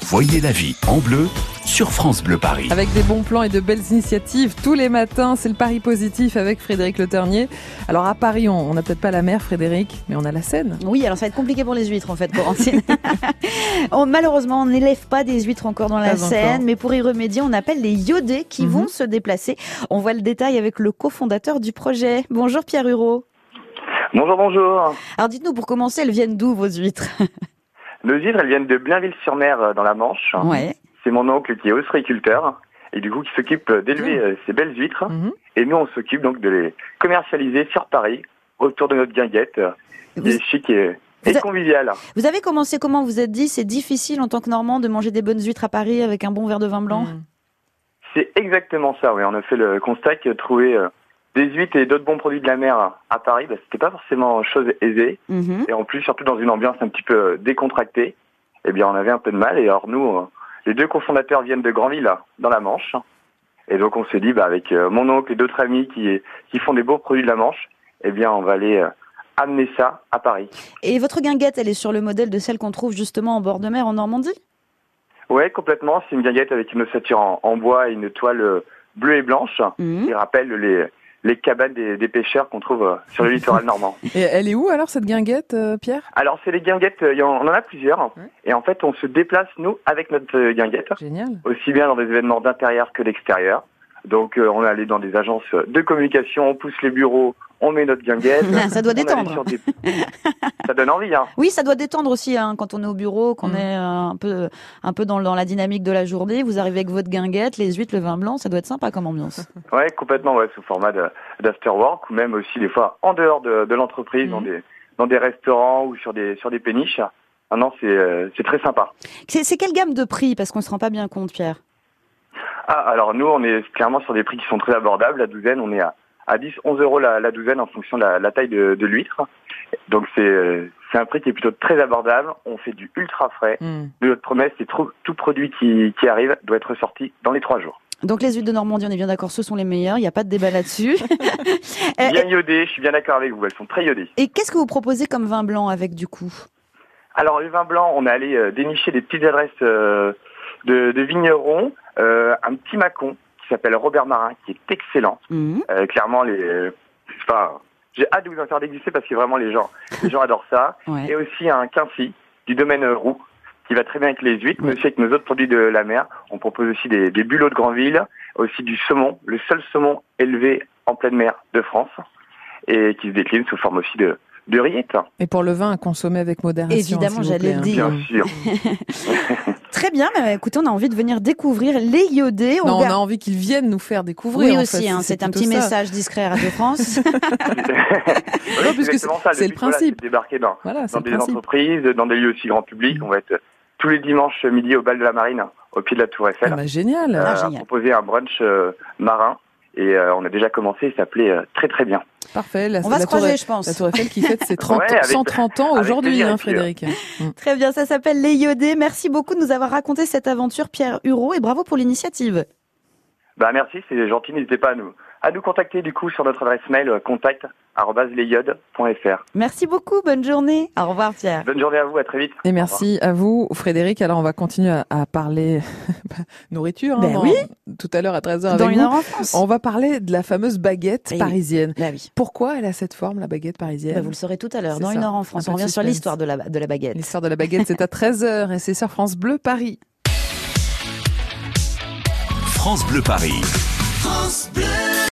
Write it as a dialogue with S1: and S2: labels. S1: Voyez la vie en bleu sur France Bleu Paris.
S2: Avec des bons plans et de belles initiatives tous les matins, c'est le Paris positif avec Frédéric Le Ternier. Alors à Paris, on n'a peut-être pas la mer, Frédéric, mais on a la Seine.
S3: Oui, alors ça va être compliqué pour les huîtres en fait, Corentine. On- malheureusement, on n'élève pas des huîtres encore dans la
S2: Pas encore.
S3: Seine, mais pour y remédier, on appelle les iodés qui
S2: Mhm.
S3: vont se déplacer. On voit le détail avec le cofondateur du projet. Bonjour Pierre Hureau.
S4: Bonjour, bonjour.
S3: Alors dites-nous pour commencer, elles viennent d'où vos huîtres
S4: Nos huîtres, elles viennent de Blainville-sur-Mer, euh, dans la Manche.
S3: Ouais.
S4: C'est mon oncle qui est ostréiculteur et du coup qui s'occupe euh, d'élever euh, ces belles huîtres.
S2: Mhm.
S4: Et nous, on s'occupe donc de les commercialiser sur Paris, autour de notre guinguette, euh, qui
S3: Vous,
S4: est chic et,
S3: Vous
S4: et
S3: a-
S4: convivial.
S3: vous avez commencé comment Vous êtes dit c'est difficile en tant que Normand de manger des bonnes huîtres à Paris avec un bon verre de vin blanc.
S2: Mm.
S4: C'est exactement ça, oui. On a fait le constat que trouver euh, des huîtres et d'autres bons produits de la mer à Paris, bah, c'était pas forcément chose aisée.
S2: Mm.
S3: Mhm.
S4: Et en plus, surtout dans une ambiance un petit peu euh, décontractée, eh bien, on avait un peu de mal. Et alors, nous, euh, les deux cofondateurs viennent de Grandville, dans la Manche. Et donc, on s'est dit, bah, avec euh, mon oncle et d'autres amis qui, qui font des beaux produits de la Manche, eh bien, on va aller euh, amener ça à Paris.
S3: Et votre guinguette, elle est sur le modèle de celle qu'on trouve justement en bord de mer en Normandie
S4: Ouais, complètement. C'est une guinguette avec une ossature en, en bois et une toile euh, bleue et blanche
S3: Mhm.
S2: Mm.
S4: qui rappelle les, les cabanes des, des pêcheurs qu'on trouve euh, sur le littoral normand.
S2: Et elle est où alors cette guinguette, euh, Pierre
S4: Alors, c'est les guinguettes, euh, il y en- on en a plusieurs.
S2: Ouais.
S4: Et en fait, on se déplace, nous, avec notre euh, guinguette.
S2: Génial.
S4: aussi bien dans des événements d'intérieur que d'extérieur. Donc euh, on est allé dans des agences de communication, on pousse les bureaux, on met notre guinguette.
S3: Ah, Ça doit
S4: On est allé
S3: détendre.
S4: sur des- ça donne envie, hein.
S3: Oui, ça doit détendre aussi hein, quand on est au bureau, qu'on
S2: Mhm.
S3: est euh, un peu, un peu dans, dans la dynamique de la journée. Vous arrivez avec votre guinguette, les huîtres, le vin blanc, ça doit être sympa comme ambience.
S4: Ouais, complètement, ouais, sous format de- d'afterwork ou même aussi des fois en dehors de, de l'entreprise, dans,
S3: Mhm.
S4: des, dans des restaurants ou sur des, sur des péniches. Non, non, c'est euh, c'est très sympa.
S3: C'est c'est quelle gamme de prix Parce qu'on se rend pas bien compte, Pierre.
S4: Ah, alors nous, on est clairement sur des prix qui sont très abordables. La douzaine, on est à, à 10, 11 euros la, la douzaine en fonction de la, la taille de, de l'huître. Donc c'est euh, c'est un prix qui est plutôt très abordable. On fait du ultra frais.
S2: Mm.
S4: Nous, Notre promesse, c'est trop- tout produit qui, qui arrive doit être sorti dans les trois jours.
S3: Donc les huîtres de Normandie, on est bien d'accord, ce sont les meilleures, il n'y a pas de débat là-dessus. Euh,
S4: Bien iodées, je suis bien d'accord avec vous, elles sont très iodées.
S3: et et qu'est-ce que vous proposez comme vin blanc avec du coup
S4: Alors le vin blanc, on est allé euh, dénicher des petites adresses euh, de, de vignerons. Euh, un petit macon qui s'appelle Robert Marin, qui est excellent.
S2: Mmh,
S3: Mhm.
S4: Euh, clairement, les, enfin, j'ai hâte de vous en faire déguster parce que vraiment les gens, les gens adorent ça.
S3: Ouais.
S4: Et aussi un quincy du domaine euh, roux qui va très bien avec les huîtres, mais aussi avec nos autres produits de la mer. On propose aussi des, des bulots de Granville, aussi du saumon, le seul saumon élevé en pleine mer de France et qui se décline sous forme aussi de, de rillettes.
S2: Et pour le vin, à consommer avec modération.
S3: Évidemment,
S2: s'il vous
S3: j'allais
S2: plaît,
S3: le
S2: hein.
S3: dire.
S4: Bien sûr.
S3: Très bien, mais écoutez, on a envie de venir découvrir les iodés.
S2: Non, on
S3: verra-
S2: a envie qu'ils viennent nous faire découvrir.
S3: Oui
S2: en
S3: aussi,
S2: fait,
S3: hein, c'est un petit
S2: plutôt ça.
S3: message discret à Radio France.
S4: Oui,
S2: Non, puisque
S4: exactement
S2: c'est-
S4: ça.
S2: c'est le
S4: but, voilà,
S2: principe.
S4: c'est de débarquer dans,
S2: Voilà, c'est
S4: dans
S2: le
S4: des
S2: principe. Mm.
S4: entreprises, dans des lieux aussi grand public. On va être tous les dimanches midi au bal de la marine, au pied de la Tour Eiffel.
S2: Ah bah, génial.
S4: euh,
S3: Ah,
S4: à
S3: génial.
S4: proposer un brunch euh, marin. Et euh, on a déjà commencé, il s'appelait euh, très très bien.
S2: Parfait. La,
S3: on va
S2: la
S3: se
S2: tour,
S3: croiser, je
S2: la
S3: pense.
S2: Tour Eiffel qui fête ses 30,
S4: Ouais, avec-
S2: 130 ans
S4: avec
S2: aujourd'hui,
S4: plaisir,
S2: hein,
S4: et puis, euh,
S2: Frédéric.
S3: Très bien, ça s'appelle les iodés. Merci beaucoup de nous avoir raconté cette aventure, Pierre Hureau, et bravo pour l'initiative.
S4: Bah merci, c'est gentil, n'hésitez pas à nous à nous contacter du coup sur notre adresse mail euh, contact arobase lesiodes.fr.
S3: Merci beaucoup, bonne journée. Au revoir, Pierre.
S4: Bonne journée à vous, à très vite.
S2: Et merci à vous, Frédéric. Alors, on va continuer à, à parler bah, nourriture. hein,
S3: Ben
S2: dans-
S3: oui.
S2: Tout à l'heure à 13h
S3: Dans
S2: avec
S3: une
S2: vous.
S3: heure en France.
S2: On va parler de la fameuse baguette
S3: Eh oui.
S2: parisienne.
S3: Bah Ah oui.
S2: Pourquoi elle a cette forme, la baguette parisienne
S3: Bah, vous le saurez tout à l'heure,
S2: C'est
S3: dans
S2: ça.
S3: une heure en France.
S2: Un
S3: On
S2: peu de
S3: revient sur
S2: suspense.
S3: l'histoire de la, de la baguette.
S2: L'histoire de la baguette, c'est à 13h et c'est sur France Bleu Paris.
S1: France Bleu Paris.
S5: France Bleu.